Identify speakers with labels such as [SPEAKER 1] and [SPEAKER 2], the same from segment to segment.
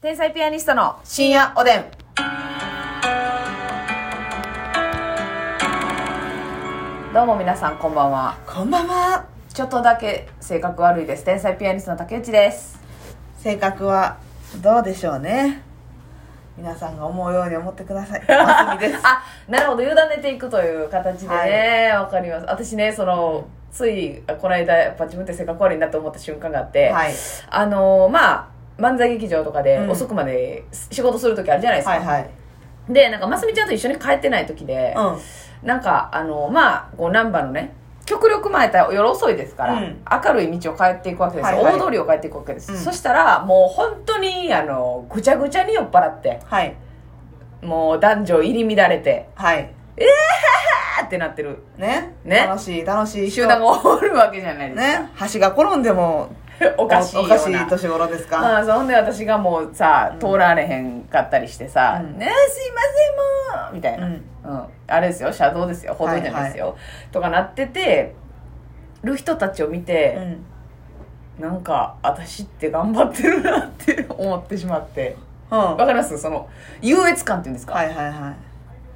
[SPEAKER 1] 天才ピアニストの深夜おでん。どうも皆さんこんばんは。
[SPEAKER 2] こんばんは。
[SPEAKER 1] ちょっとだけ性格悪いです。天才ピアニストの竹内です。
[SPEAKER 2] 性格はどうでしょうね。皆さんが思うように思ってくださ い。ますみです。
[SPEAKER 1] あ、なるほど。委ねていくという形でね、わ、かります。私ね、その、つい、この間、やっぱ自分って性格悪いなと思った瞬間があって、
[SPEAKER 2] はい。
[SPEAKER 1] あのーまあ、漫才劇場とかで
[SPEAKER 2] うん
[SPEAKER 1] 遅くまで仕事するときあるじゃないですか。
[SPEAKER 2] はいはい。
[SPEAKER 1] で、なんか、ますみちゃんと一緒に帰ってないときで、
[SPEAKER 2] うん。
[SPEAKER 1] なんかあのまあこう難波のね極力前ったら夜遅いですから、
[SPEAKER 2] うん
[SPEAKER 1] 明るい道を帰っていくわけです、
[SPEAKER 2] はいはい
[SPEAKER 1] 大通りを帰っていくわけです、
[SPEAKER 2] うん
[SPEAKER 1] そしたらもう本当にあのぐちゃぐちゃに酔っ払って
[SPEAKER 2] はい。
[SPEAKER 1] もう男女入り乱れて
[SPEAKER 2] はい。
[SPEAKER 1] あーってなってる
[SPEAKER 2] ね。
[SPEAKER 1] ね
[SPEAKER 2] 楽しい、楽しい人
[SPEAKER 1] 集団。がおるわけじゃないですか、
[SPEAKER 2] ね。橋が転んでも、
[SPEAKER 1] おかしいよ
[SPEAKER 2] お
[SPEAKER 1] う
[SPEAKER 2] かし
[SPEAKER 1] ない
[SPEAKER 2] 年頃ですか。
[SPEAKER 1] ああそんで私がもうさ通られへんかったりしてさ「
[SPEAKER 2] うん
[SPEAKER 1] ねえすいませんもう」みたいな、
[SPEAKER 2] う
[SPEAKER 1] うんんあれですよ車道ですよ歩道じゃないですよ、とかなっててる人たちを見て、
[SPEAKER 2] うん。
[SPEAKER 1] なんか私って頑張ってるなって思ってしまって
[SPEAKER 2] うん。
[SPEAKER 1] わ
[SPEAKER 2] は
[SPEAKER 1] かりますその優越感っていうんです
[SPEAKER 2] い
[SPEAKER 1] か、
[SPEAKER 2] はいは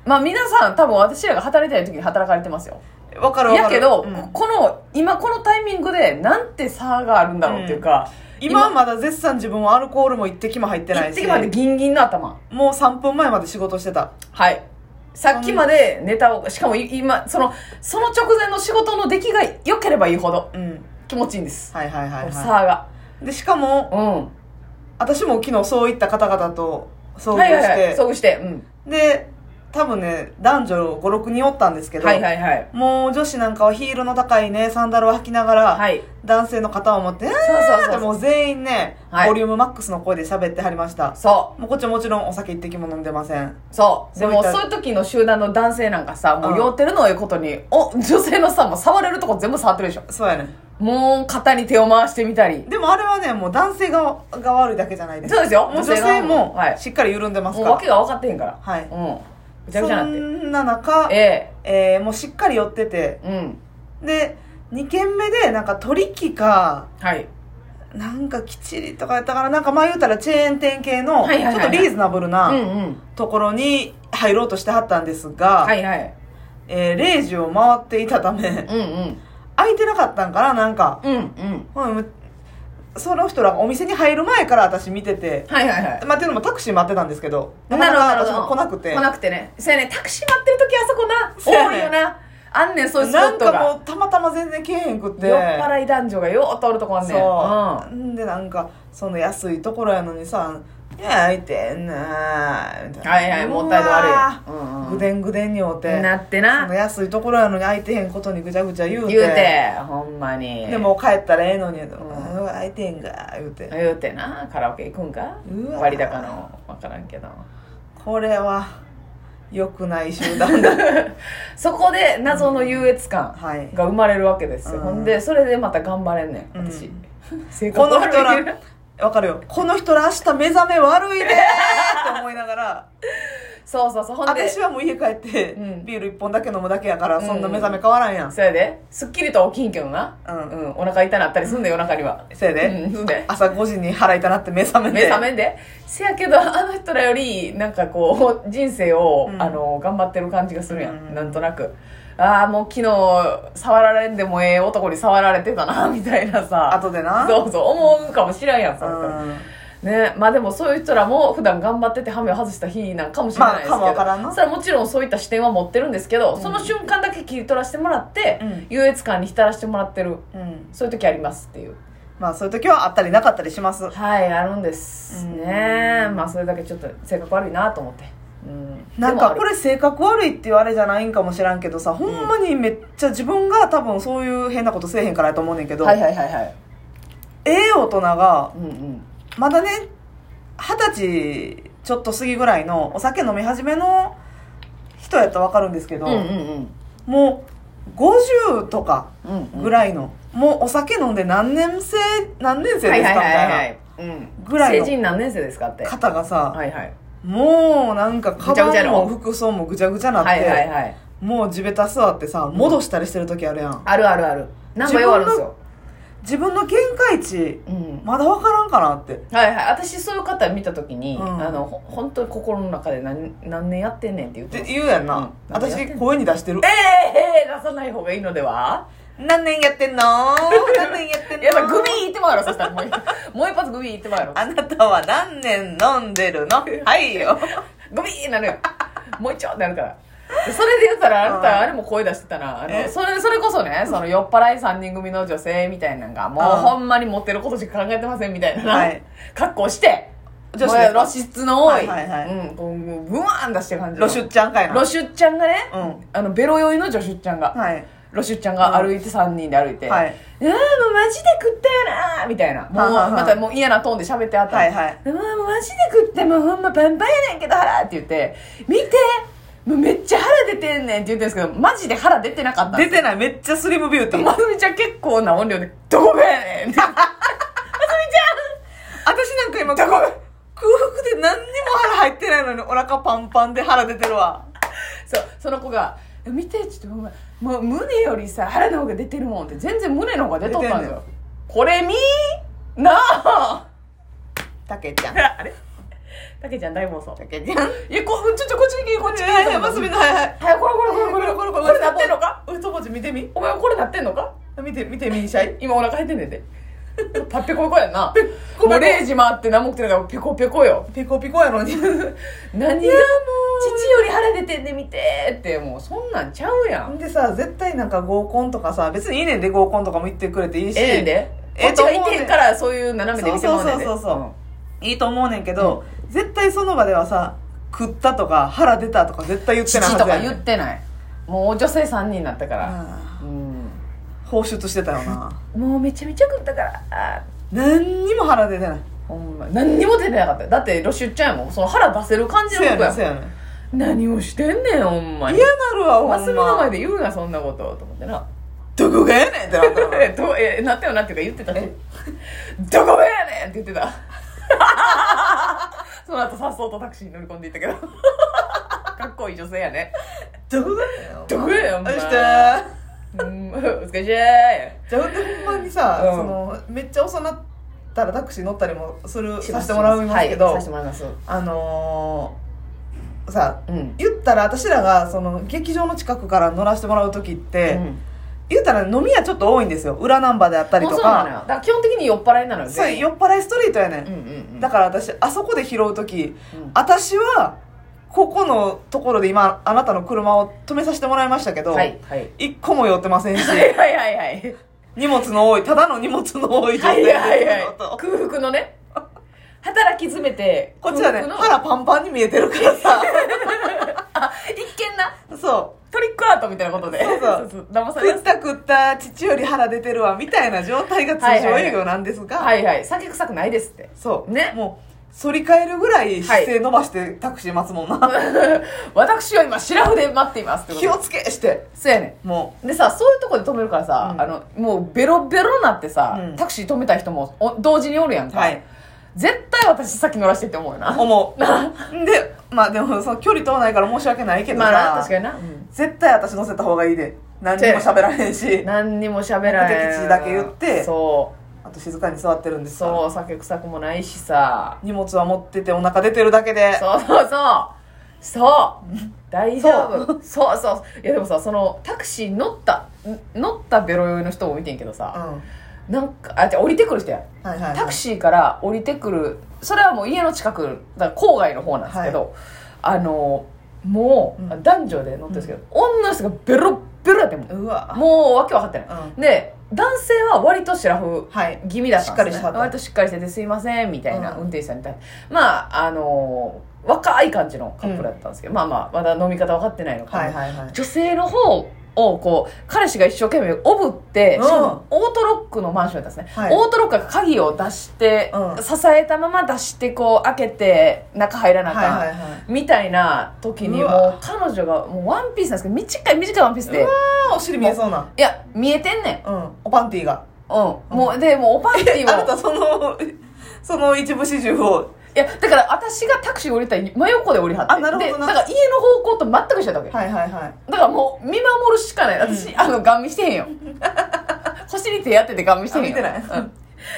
[SPEAKER 1] まあ皆さん多分私らが働いてない時に働かれてますよ
[SPEAKER 2] い。わかるわか
[SPEAKER 1] や
[SPEAKER 2] る。
[SPEAKER 1] けど、
[SPEAKER 2] うん
[SPEAKER 1] この今このタイミングでなんて差があるんだろうっていうか、
[SPEAKER 2] 今はまだ絶賛自分はアルコールも一滴も入ってない
[SPEAKER 1] 一
[SPEAKER 2] し。
[SPEAKER 1] 滴までギンギンの頭
[SPEAKER 2] もう3分前まで仕事してた。
[SPEAKER 1] はいさっきまでネタをしかもい今そのその直前の仕事の出来が良ければいいほど
[SPEAKER 2] うん。
[SPEAKER 1] 気持ちいいんです、
[SPEAKER 2] はいはいはいは
[SPEAKER 1] 差が
[SPEAKER 2] い。で、しかも、
[SPEAKER 1] うん
[SPEAKER 2] 私も昨日そういった方々と遭遇して、
[SPEAKER 1] はいはいはい遭遇してうん
[SPEAKER 2] で多分ね男女56人おったんですけど、
[SPEAKER 1] はいはいはい
[SPEAKER 2] もう女子なんかはヒールの高いねサンダルを履きながら、
[SPEAKER 1] はい
[SPEAKER 2] 男性の肩を持って「あ
[SPEAKER 1] そうそうそ
[SPEAKER 2] ー
[SPEAKER 1] う
[SPEAKER 2] ってもう全員ね、
[SPEAKER 1] はい
[SPEAKER 2] ボリュームマックスの声で喋ってはりました
[SPEAKER 1] そう
[SPEAKER 2] もうこっちはもちろんお酒一滴も飲んでません
[SPEAKER 1] そう。でも、
[SPEAKER 2] そういった
[SPEAKER 1] そういう時の集団の男性なんかさ、も
[SPEAKER 2] うん
[SPEAKER 1] う酔ってるのをいうことに、お、女性のさ、もう触れるとこ全部触ってるでしょ。
[SPEAKER 2] そうやね
[SPEAKER 1] もう、肩に手を回してみたり。
[SPEAKER 2] でもあれはねもう男性がが悪いだけじゃないです
[SPEAKER 1] そうですよ。
[SPEAKER 2] もう女性も
[SPEAKER 1] はい。
[SPEAKER 2] しっかり緩んでます
[SPEAKER 1] もう
[SPEAKER 2] から、
[SPEAKER 1] 訳が分かってへんから。
[SPEAKER 2] はい
[SPEAKER 1] うん。ぐちゃぐちゃ
[SPEAKER 2] そ
[SPEAKER 1] なって。
[SPEAKER 2] んな中、え
[SPEAKER 1] え
[SPEAKER 2] ーもうしっかり寄ってて
[SPEAKER 1] えうん。
[SPEAKER 2] で2軒目でなんか取引か
[SPEAKER 1] はい。
[SPEAKER 2] なんかきっちりとかやったからなんかまあ言うたらチェーン店系の
[SPEAKER 1] はい
[SPEAKER 2] ち
[SPEAKER 1] はいはい
[SPEAKER 2] ょっ
[SPEAKER 1] はい
[SPEAKER 2] とリーズナブル
[SPEAKER 1] うん
[SPEAKER 2] な
[SPEAKER 1] うん。
[SPEAKER 2] ところに入ろうとしてはったんですが、
[SPEAKER 1] はいはい。
[SPEAKER 2] えー0時を回っていたた
[SPEAKER 1] うん
[SPEAKER 2] め
[SPEAKER 1] うん。
[SPEAKER 2] 空いてなかったんかななんか、
[SPEAKER 1] うんうん。
[SPEAKER 2] うん、その人らがお店に入る前から私見てて、
[SPEAKER 1] はいはいはい。
[SPEAKER 2] まあ、っていうのもタクシー待ってたんですけどな
[SPEAKER 1] な
[SPEAKER 2] か
[SPEAKER 1] る
[SPEAKER 2] な
[SPEAKER 1] ほ
[SPEAKER 2] か
[SPEAKER 1] ど
[SPEAKER 2] 私も来なくて
[SPEAKER 1] 来なくてね。そうやね。タクシー待ってる時あそこな、
[SPEAKER 2] そうや
[SPEAKER 1] 多
[SPEAKER 2] ね
[SPEAKER 1] いよな。あんねん、そういうスポ
[SPEAKER 2] な
[SPEAKER 1] ッ
[SPEAKER 2] ん
[SPEAKER 1] ト
[SPEAKER 2] かも
[SPEAKER 1] が。
[SPEAKER 2] うたまたま全然来えへんくって
[SPEAKER 1] 酔っ払い男女がよう通るとこあんねん。
[SPEAKER 2] そ
[SPEAKER 1] ん
[SPEAKER 2] う、ん、でなんかその安いところやのにさ「いや開いてんなー」みたいな
[SPEAKER 1] はいはい、もったい悪い。
[SPEAKER 2] うわ
[SPEAKER 1] うんうん
[SPEAKER 2] ーぐでんぐでんにおって
[SPEAKER 1] なって
[SPEAKER 2] その
[SPEAKER 1] な
[SPEAKER 2] 安いところやのに開いてへんことにぐちゃぐちゃ言うて
[SPEAKER 1] 言うてほんまに
[SPEAKER 2] でも帰ったらええのに「うんわ開いてんが」言うて
[SPEAKER 1] 言うてなカラオケ行くんか
[SPEAKER 2] うわ
[SPEAKER 1] 割高の分からんけど
[SPEAKER 2] これは良くない集団 だ
[SPEAKER 1] そこで謎の優越感
[SPEAKER 2] はい
[SPEAKER 1] が生まれるわけですよ、
[SPEAKER 2] うん
[SPEAKER 1] ほんでそれでまた頑張れんねん
[SPEAKER 2] うん
[SPEAKER 1] 私、性
[SPEAKER 2] こ
[SPEAKER 1] 格
[SPEAKER 2] の
[SPEAKER 1] 悪い
[SPEAKER 2] 人らわかるよこの人ら明日目覚め悪いでーって思いながら
[SPEAKER 1] そうそうそうほんで
[SPEAKER 2] 私はもう家帰って
[SPEAKER 1] うん
[SPEAKER 2] ビール1本だけ飲むだけやからそんな
[SPEAKER 1] うん
[SPEAKER 2] 目覚め変わらんやん
[SPEAKER 1] それですっきりと起きんけどな
[SPEAKER 2] うん
[SPEAKER 1] うん、お腹痛なったりすんで夜中には
[SPEAKER 2] せいうで
[SPEAKER 1] んすんで
[SPEAKER 2] 朝5時に腹痛なって目覚め て
[SPEAKER 1] 目覚めんでせやけどあの人らよりなんか こう人生を、
[SPEAKER 2] うん
[SPEAKER 1] あの頑張ってる感じがするやん、
[SPEAKER 2] うん
[SPEAKER 1] なんとなくああもう昨日触られんでもええ男に触られてた なみたいなさ
[SPEAKER 2] 後で な
[SPEAKER 1] そうそう思うかもしれんやんそしたら
[SPEAKER 2] うん
[SPEAKER 1] ねまあでもそういう人らも普段頑張っててハメを外した日なんかもしれないですけど、
[SPEAKER 2] まあかもわからんな
[SPEAKER 1] それはもちろんそういった視点は持ってるんですけど、その瞬間だけ切り取らせてもらって、
[SPEAKER 2] うん
[SPEAKER 1] 優越感に浸らせてもらってる
[SPEAKER 2] うん
[SPEAKER 1] そういう時ありますっていう
[SPEAKER 2] まあそういう時はあったりなかったりします。
[SPEAKER 1] はいあるんです
[SPEAKER 2] うん
[SPEAKER 1] ねまあそれだけちょっと性格悪いなと思って、うん、
[SPEAKER 2] なんか
[SPEAKER 1] で
[SPEAKER 2] こ
[SPEAKER 1] もある
[SPEAKER 2] れ性格悪いって言われじゃないんかもしらんけどさ、ほんまにめっちゃ自分が多分そういう変なことせえへんからやと思うねんけど、
[SPEAKER 1] はいはいはいはい
[SPEAKER 2] ええ大人が、
[SPEAKER 1] うんうん
[SPEAKER 2] まだね、二十歳ちょっと過ぎぐらいのお酒飲み始めの人やったらわかるんですけど、
[SPEAKER 1] うんうん
[SPEAKER 2] もう50とか
[SPEAKER 1] うんうんうん
[SPEAKER 2] ぐらいの、もうお酒飲んで何年生、何年生ですかみ
[SPEAKER 1] はいはいはいは
[SPEAKER 2] たい
[SPEAKER 1] いうん
[SPEAKER 2] ぐらいの
[SPEAKER 1] 成人何年生ですかって
[SPEAKER 2] な
[SPEAKER 1] は
[SPEAKER 2] 方がさ、
[SPEAKER 1] いはい
[SPEAKER 2] もうなんかカ
[SPEAKER 1] ぐちゃぐちゃ
[SPEAKER 2] バ
[SPEAKER 1] や
[SPEAKER 2] ン
[SPEAKER 1] ろ
[SPEAKER 2] も服装もぐちゃぐちゃなって、
[SPEAKER 1] はいはいはい
[SPEAKER 2] もう地べた座ってさ戻したりしてる時あるやん
[SPEAKER 1] あるあるある何も言わあるんですよ
[SPEAKER 2] 自分の限界値
[SPEAKER 1] うん
[SPEAKER 2] まだ分からんかなって
[SPEAKER 1] はいはい、私そういう方見た時に、
[SPEAKER 2] うん
[SPEAKER 1] あのほ本当に心の中で何何年やってんねんって言っ
[SPEAKER 2] で
[SPEAKER 1] て
[SPEAKER 2] 言うやんな、
[SPEAKER 1] うんなんでやってん
[SPEAKER 2] 私
[SPEAKER 1] の
[SPEAKER 2] 声に出してる
[SPEAKER 1] ええ出さない方がいいのでは
[SPEAKER 2] 何年やってんの何年やってんの
[SPEAKER 1] やっぱグビー言ってもらうやろそしたらもう一もう一発グビー言ってもらうやろ
[SPEAKER 2] あなたは何年飲んでる のはいよ。
[SPEAKER 1] グビーなるよもう一丁ってなるからでそれで言ったらあな
[SPEAKER 2] うん
[SPEAKER 1] たあれも声出してたなあ
[SPEAKER 2] え
[SPEAKER 1] のそれそれこそねその酔っ払い3人組の女性みたいなのがもう
[SPEAKER 2] うん
[SPEAKER 1] ほんまにモテることしか考えてませんみたいな、
[SPEAKER 2] はい
[SPEAKER 1] 格好して
[SPEAKER 2] 女子
[SPEAKER 1] もう
[SPEAKER 2] で
[SPEAKER 1] 露出の多い、
[SPEAKER 2] はいはいはい
[SPEAKER 1] うんこうもうブワーン出してる感じの
[SPEAKER 2] 露出ちゃんかいな。
[SPEAKER 1] 露出ちゃんがね、
[SPEAKER 2] うん
[SPEAKER 1] あのベロ酔いの女出ちゃんが、
[SPEAKER 2] はい。
[SPEAKER 1] 露出ちゃんが歩いて3人で歩いて「
[SPEAKER 2] はい
[SPEAKER 1] あーもうマジで食ったよな」みたいなもう
[SPEAKER 2] はあはあはあ
[SPEAKER 1] またもう嫌なトーンで喋ってあったの
[SPEAKER 2] はいはい
[SPEAKER 1] あーもうマジで食ってもうほんまパンパンやねんけど腹」って言って「見てもうめっちゃ腹出てんねん」って言ってるんですけどマジで腹出てなかったんで
[SPEAKER 2] 出
[SPEAKER 1] す
[SPEAKER 2] てない。めっちゃスリムビューティー。
[SPEAKER 1] まつみちゃん結構な音量で「どこがやねん」って「まつみち
[SPEAKER 2] 私なんか今、空腹で何にも腹入ってないのにお腹パンパンで腹出てるわ。
[SPEAKER 1] ゃん」そうその子が「見て」ちょっとほんまもう胸よりさ腹の方が出てるもんって全然胸の方が出とったんです
[SPEAKER 2] 出てんね
[SPEAKER 1] よこれ見ーなあ
[SPEAKER 2] たけちゃん。
[SPEAKER 1] あれたけちゃん大暴走。
[SPEAKER 2] たけちゃん。
[SPEAKER 1] いや、こ、ちょ、ちょ、こっちに来て、こっちに来て。
[SPEAKER 2] はいはい、マスミの、はいはい。
[SPEAKER 1] はい、これこれこれこれこれこれ。これなってんのか
[SPEAKER 2] ウストポーチ見てみ。
[SPEAKER 1] お前これなってんのか
[SPEAKER 2] 見て、見て、ミンシャイ。
[SPEAKER 1] 今お腹減ってんねん で。パッペコペコやんな。
[SPEAKER 2] コペコ
[SPEAKER 1] もう0時回って何も食ってないからペコペコよ。
[SPEAKER 2] ピコピコやのに。
[SPEAKER 1] 何が、父より腹出てんで見てって、もうそんなんちゃうやん。
[SPEAKER 2] でさ、絶対なんか合コンとかさ、別にいいねんで合コンとかも行ってくれていいし。
[SPEAKER 1] ええで。
[SPEAKER 2] え
[SPEAKER 1] こ
[SPEAKER 2] え
[SPEAKER 1] っ
[SPEAKER 2] と
[SPEAKER 1] ち
[SPEAKER 2] 思
[SPEAKER 1] が
[SPEAKER 2] うね
[SPEAKER 1] いてんから、そういう斜めで見てもらうねんで。
[SPEAKER 2] そうそうそうそういいと思うねんけど、絶対その場ではさ食ったとか腹出たとか絶対言って
[SPEAKER 1] 父
[SPEAKER 2] ないは
[SPEAKER 1] と
[SPEAKER 2] ずや
[SPEAKER 1] か
[SPEAKER 2] ねん
[SPEAKER 1] 言ってない。もう女性3人になったから。
[SPEAKER 2] あ
[SPEAKER 1] うん。
[SPEAKER 2] あ放出してたよな
[SPEAKER 1] もうめちゃめちゃ食ったから。あー
[SPEAKER 2] 何にも腹出てない
[SPEAKER 1] ほんま何にも出てなかったよだって露出ちゃうやもんその腹出せる感じ
[SPEAKER 2] そ
[SPEAKER 1] の
[SPEAKER 2] うや
[SPEAKER 1] 服
[SPEAKER 2] ね
[SPEAKER 1] や
[SPEAKER 2] ん
[SPEAKER 1] も
[SPEAKER 2] そ
[SPEAKER 1] ん
[SPEAKER 2] うやねん
[SPEAKER 1] 何をしてんねんほんまに
[SPEAKER 2] 嫌なるわほんま
[SPEAKER 1] マスミの前で言うなそんなことと思ってな
[SPEAKER 2] どこがやねんってなったの
[SPEAKER 1] え どえなったよなっていうか言ってたし「どこがやねん!」って言ってた その後さっそうとタクシーに乗り込んでいったけど かっこいい女性やね
[SPEAKER 2] どこがやねん
[SPEAKER 1] どこがやねんお前
[SPEAKER 2] 愛してー
[SPEAKER 1] うんお疲れっしゃい
[SPEAKER 2] じゃあほんとほんまにさ、
[SPEAKER 1] うん
[SPEAKER 2] そのめっちゃ遅なったらタクシー乗ったりもする
[SPEAKER 1] し
[SPEAKER 2] させてもらいますけど、
[SPEAKER 1] はい、させてもらいます
[SPEAKER 2] あのー、さ
[SPEAKER 1] うん
[SPEAKER 2] 言ったら私らがその劇場の近くから乗らせてもらう時って、
[SPEAKER 1] うん
[SPEAKER 2] 言うたら飲み屋ちょっと多いんですよ裏ナンバーであったり
[SPEAKER 1] も
[SPEAKER 2] と
[SPEAKER 1] うそうなのよ
[SPEAKER 2] か
[SPEAKER 1] だから基本的に酔っ払いなのよ
[SPEAKER 2] そう
[SPEAKER 1] 全員
[SPEAKER 2] 酔っ払いストリートやね
[SPEAKER 1] うん
[SPEAKER 2] ん、
[SPEAKER 1] うんうん
[SPEAKER 2] だから私あそこで拾う時、
[SPEAKER 1] うん
[SPEAKER 2] 私はここのところで今あなたの車を止めさせてもらいましたけど、
[SPEAKER 1] はいはい
[SPEAKER 2] 一個も寄ってませ んし
[SPEAKER 1] はいはいはいはい。
[SPEAKER 2] 荷物の多いただの荷物の多い状
[SPEAKER 1] は
[SPEAKER 2] 態
[SPEAKER 1] い
[SPEAKER 2] で
[SPEAKER 1] はいはい
[SPEAKER 2] ずっ。と
[SPEAKER 1] 空腹のね。働き詰めて、
[SPEAKER 2] こっちはね
[SPEAKER 1] 空腹の
[SPEAKER 2] 腹パンパンに見えてるからさ
[SPEAKER 1] あ、一見な、
[SPEAKER 2] そ
[SPEAKER 1] トリックアートみたいなことで。
[SPEAKER 2] そうそう
[SPEAKER 1] 騙
[SPEAKER 2] う
[SPEAKER 1] されま
[SPEAKER 2] 食っ
[SPEAKER 1] す。
[SPEAKER 2] た食った父より腹出てるわみたいな状態が通常営業なんですが、
[SPEAKER 1] はいはい。酒臭くないですって。
[SPEAKER 2] そう
[SPEAKER 1] ね
[SPEAKER 2] もう反り返るぐらい姿勢伸ばしてタクシー待つもんな、
[SPEAKER 1] 私は今、シラフで待っていますってこ
[SPEAKER 2] 気を
[SPEAKER 1] と。
[SPEAKER 2] つけして
[SPEAKER 1] そうやね
[SPEAKER 2] も
[SPEAKER 1] ん。でさ、そういうとこで止めるからさ、
[SPEAKER 2] うん
[SPEAKER 1] あの、もうベロベロなってさ、
[SPEAKER 2] うん
[SPEAKER 1] タクシー止めた人もお同時におるやん
[SPEAKER 2] う
[SPEAKER 1] か。
[SPEAKER 2] はい
[SPEAKER 1] 絶対私先乗らしてって思うよな。
[SPEAKER 2] 思うでまあでもその距離遠ないから申し訳ないけど
[SPEAKER 1] ま
[SPEAKER 2] さ、
[SPEAKER 1] あな、確かにな。うん
[SPEAKER 2] 絶対私乗せた方がいいで何にも喋らへんし
[SPEAKER 1] 何にも喋らない。
[SPEAKER 2] 目的地だけ言って
[SPEAKER 1] そう。
[SPEAKER 2] あと静かに座ってるんですから
[SPEAKER 1] そう酒臭くもないしさ
[SPEAKER 2] 荷物は持っててお腹出てるだけで
[SPEAKER 1] そうそうそうそう大丈夫そうそういやでもさそのタクシー乗ったん乗ったベロ酔いの人も見てんけど
[SPEAKER 2] うん
[SPEAKER 1] さ、
[SPEAKER 2] は
[SPEAKER 1] なんかあじゃ降りてくる人や
[SPEAKER 2] いはいはい
[SPEAKER 1] タクシーから降りてくるそれはもう家の近くだから郊外の方なんですけど、あのもう、
[SPEAKER 2] うん
[SPEAKER 1] 男女で乗ってるんですけど、女の人がベロッベロやってんもん
[SPEAKER 2] うわ
[SPEAKER 1] もう訳分かってない、
[SPEAKER 2] うん
[SPEAKER 1] で男性は割とシラフ
[SPEAKER 2] はい
[SPEAKER 1] 気味だったんです、ね
[SPEAKER 2] しっかりしてはった
[SPEAKER 1] 割としっかりしてて「すいません」みたいな、
[SPEAKER 2] うん
[SPEAKER 1] 運転手さんみたいなまああのー若い感じのカップルだったんですけど、まあまあまだ飲み方分かってないのかな、
[SPEAKER 2] はいはいはい
[SPEAKER 1] 女性の方をこう彼氏が一生懸命おぶって、
[SPEAKER 2] うん
[SPEAKER 1] しかもオートロックのマンションだったんですね、
[SPEAKER 2] はい
[SPEAKER 1] オートロックが鍵を出して、
[SPEAKER 2] うん
[SPEAKER 1] 支えたまま出してこう開けて中入らなあかん、
[SPEAKER 2] はいはいはい
[SPEAKER 1] みたいな時に
[SPEAKER 2] う
[SPEAKER 1] も
[SPEAKER 2] わ
[SPEAKER 1] う彼女がもうワンピースなんですけど短い短いワンピースで
[SPEAKER 2] あお尻見えそうない
[SPEAKER 1] や見えてんねん
[SPEAKER 2] うんおパンティーが
[SPEAKER 1] うん、もうでもうおパンティ
[SPEAKER 2] あな
[SPEAKER 1] ーも
[SPEAKER 2] たそのその一部始終を
[SPEAKER 1] いやだから私がタクシー降りたら真横で降りはって
[SPEAKER 2] あなるほどな
[SPEAKER 1] でだから家の方向と全く一緒だったわけ、
[SPEAKER 2] はいはいはい
[SPEAKER 1] だからもう見守るしかない私、あのガン見してへんよこ星に手当てて顔見してんや
[SPEAKER 2] あ見てない
[SPEAKER 1] うん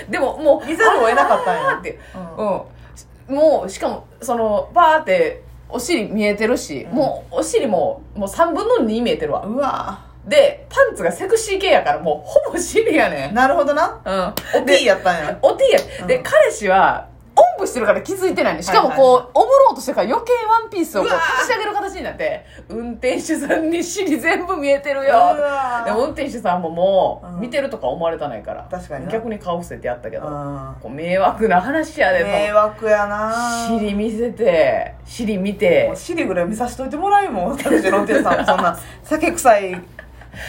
[SPEAKER 1] でももう
[SPEAKER 2] 見ざるを得なかったんや
[SPEAKER 1] あーってうんもうしかもそのバーってお尻見えてるし、
[SPEAKER 2] うん
[SPEAKER 1] もうお尻ももう3分の2見えてるわ
[SPEAKER 2] うわ
[SPEAKER 1] でパンツがセクシー系やからもうほぼ尻やねん
[SPEAKER 2] なるほどな
[SPEAKER 1] うん
[SPEAKER 2] お P やったんや
[SPEAKER 1] おてや、
[SPEAKER 2] う
[SPEAKER 1] で
[SPEAKER 2] ん
[SPEAKER 1] 彼氏はおんぶしてるから気づいてないねしかもこう、おぶろうとしてるから余計ワンピースをこう
[SPEAKER 2] うわー
[SPEAKER 1] 引き上げる形になって運転手さんに尻全部見えてる
[SPEAKER 2] う
[SPEAKER 1] よ
[SPEAKER 2] わ
[SPEAKER 1] でも運転手さんもも
[SPEAKER 2] う
[SPEAKER 1] うん見てるとか思われたないから
[SPEAKER 2] 確かにな
[SPEAKER 1] 逆に顔伏せてやったけ
[SPEAKER 2] う
[SPEAKER 1] ど
[SPEAKER 2] ん
[SPEAKER 1] こう迷惑な話やでと
[SPEAKER 2] 迷惑やな
[SPEAKER 1] 尻見せて尻見て
[SPEAKER 2] もう尻ぐらい見さしといてもらいもん私の運転 手さんもそんな酒臭い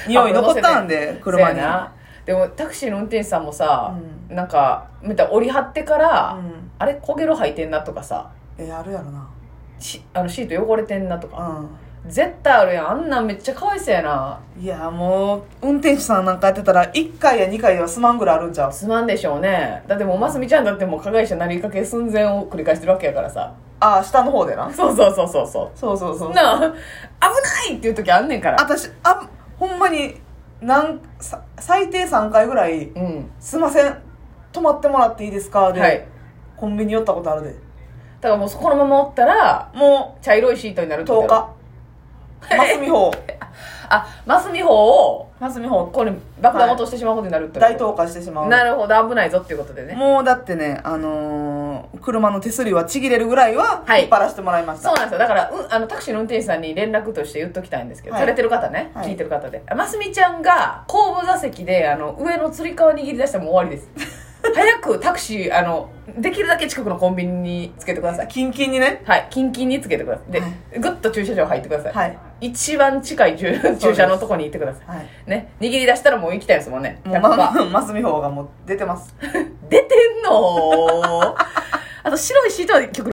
[SPEAKER 2] 匂い残ったんで車に
[SPEAKER 1] そうやなでもタクシーの運転手さんもさ、
[SPEAKER 2] う
[SPEAKER 1] なんか見たら折り張ってから、
[SPEAKER 2] うん
[SPEAKER 1] あれ焦げろ履いてんなとかさ
[SPEAKER 2] えあるやろな
[SPEAKER 1] しあのシート汚れてんなとか、
[SPEAKER 2] うん
[SPEAKER 1] 絶対あるやんあんなんめっちゃかわいそうやない
[SPEAKER 2] やもう運転手さんなんかやってたら1回や2回ではすまんぐらいあるんちゃう
[SPEAKER 1] すまんでしょうねだってもうますみちゃんだってもう加害者なりかけ寸前を繰り返してるわけやからさ
[SPEAKER 2] ああ下の方でな
[SPEAKER 1] そうそうそうそうそ
[SPEAKER 2] そうそうそうう
[SPEAKER 1] なあ危ないっていう時あんねんから
[SPEAKER 2] 私あほんまになんさ最低3回ぐらい
[SPEAKER 1] うん
[SPEAKER 2] 「すいません泊まってもらっていいですか?」で、
[SPEAKER 1] はい
[SPEAKER 2] コンビニ寄ったことあるで
[SPEAKER 1] だからもうそこのままおったら
[SPEAKER 2] も
[SPEAKER 1] 茶色いシートになる
[SPEAKER 2] う
[SPEAKER 1] ってこと
[SPEAKER 2] 10日ます み法
[SPEAKER 1] あますみ法を
[SPEAKER 2] ますみ法
[SPEAKER 1] これ爆弾落としてしまうことになるってこと、
[SPEAKER 2] 大投下してしまう
[SPEAKER 1] なるほど危ないぞっていうことでね
[SPEAKER 2] もうだってねあのー車の手すりはちぎれるぐらいは
[SPEAKER 1] はい
[SPEAKER 2] 引っ張らせてもらいました、
[SPEAKER 1] そうなんですよだから、うん、あのタクシーの運転手さんに連絡として言っときたいんですけど、
[SPEAKER 2] はい
[SPEAKER 1] されてる方ね、
[SPEAKER 2] はい
[SPEAKER 1] 聞いてる方でますみちゃんが後部座席であの上のつり革握り出したらもう終わ りです早くタクシーあのできるだけ近くのコンビニにつけてください
[SPEAKER 2] キンキンにね
[SPEAKER 1] はいキンキンにつけてくださいで、
[SPEAKER 2] はい
[SPEAKER 1] ぐっと駐車場入ってください、
[SPEAKER 2] はい
[SPEAKER 1] 一番近い駐
[SPEAKER 2] す
[SPEAKER 1] 駐車のとこに行ってくださ
[SPEAKER 2] はい
[SPEAKER 1] いね握り出したらもう行きたいですもんね
[SPEAKER 2] もう
[SPEAKER 1] 100%
[SPEAKER 2] ま、 ますみ法がもう出てます
[SPEAKER 1] 出てんのあと白いシートは極力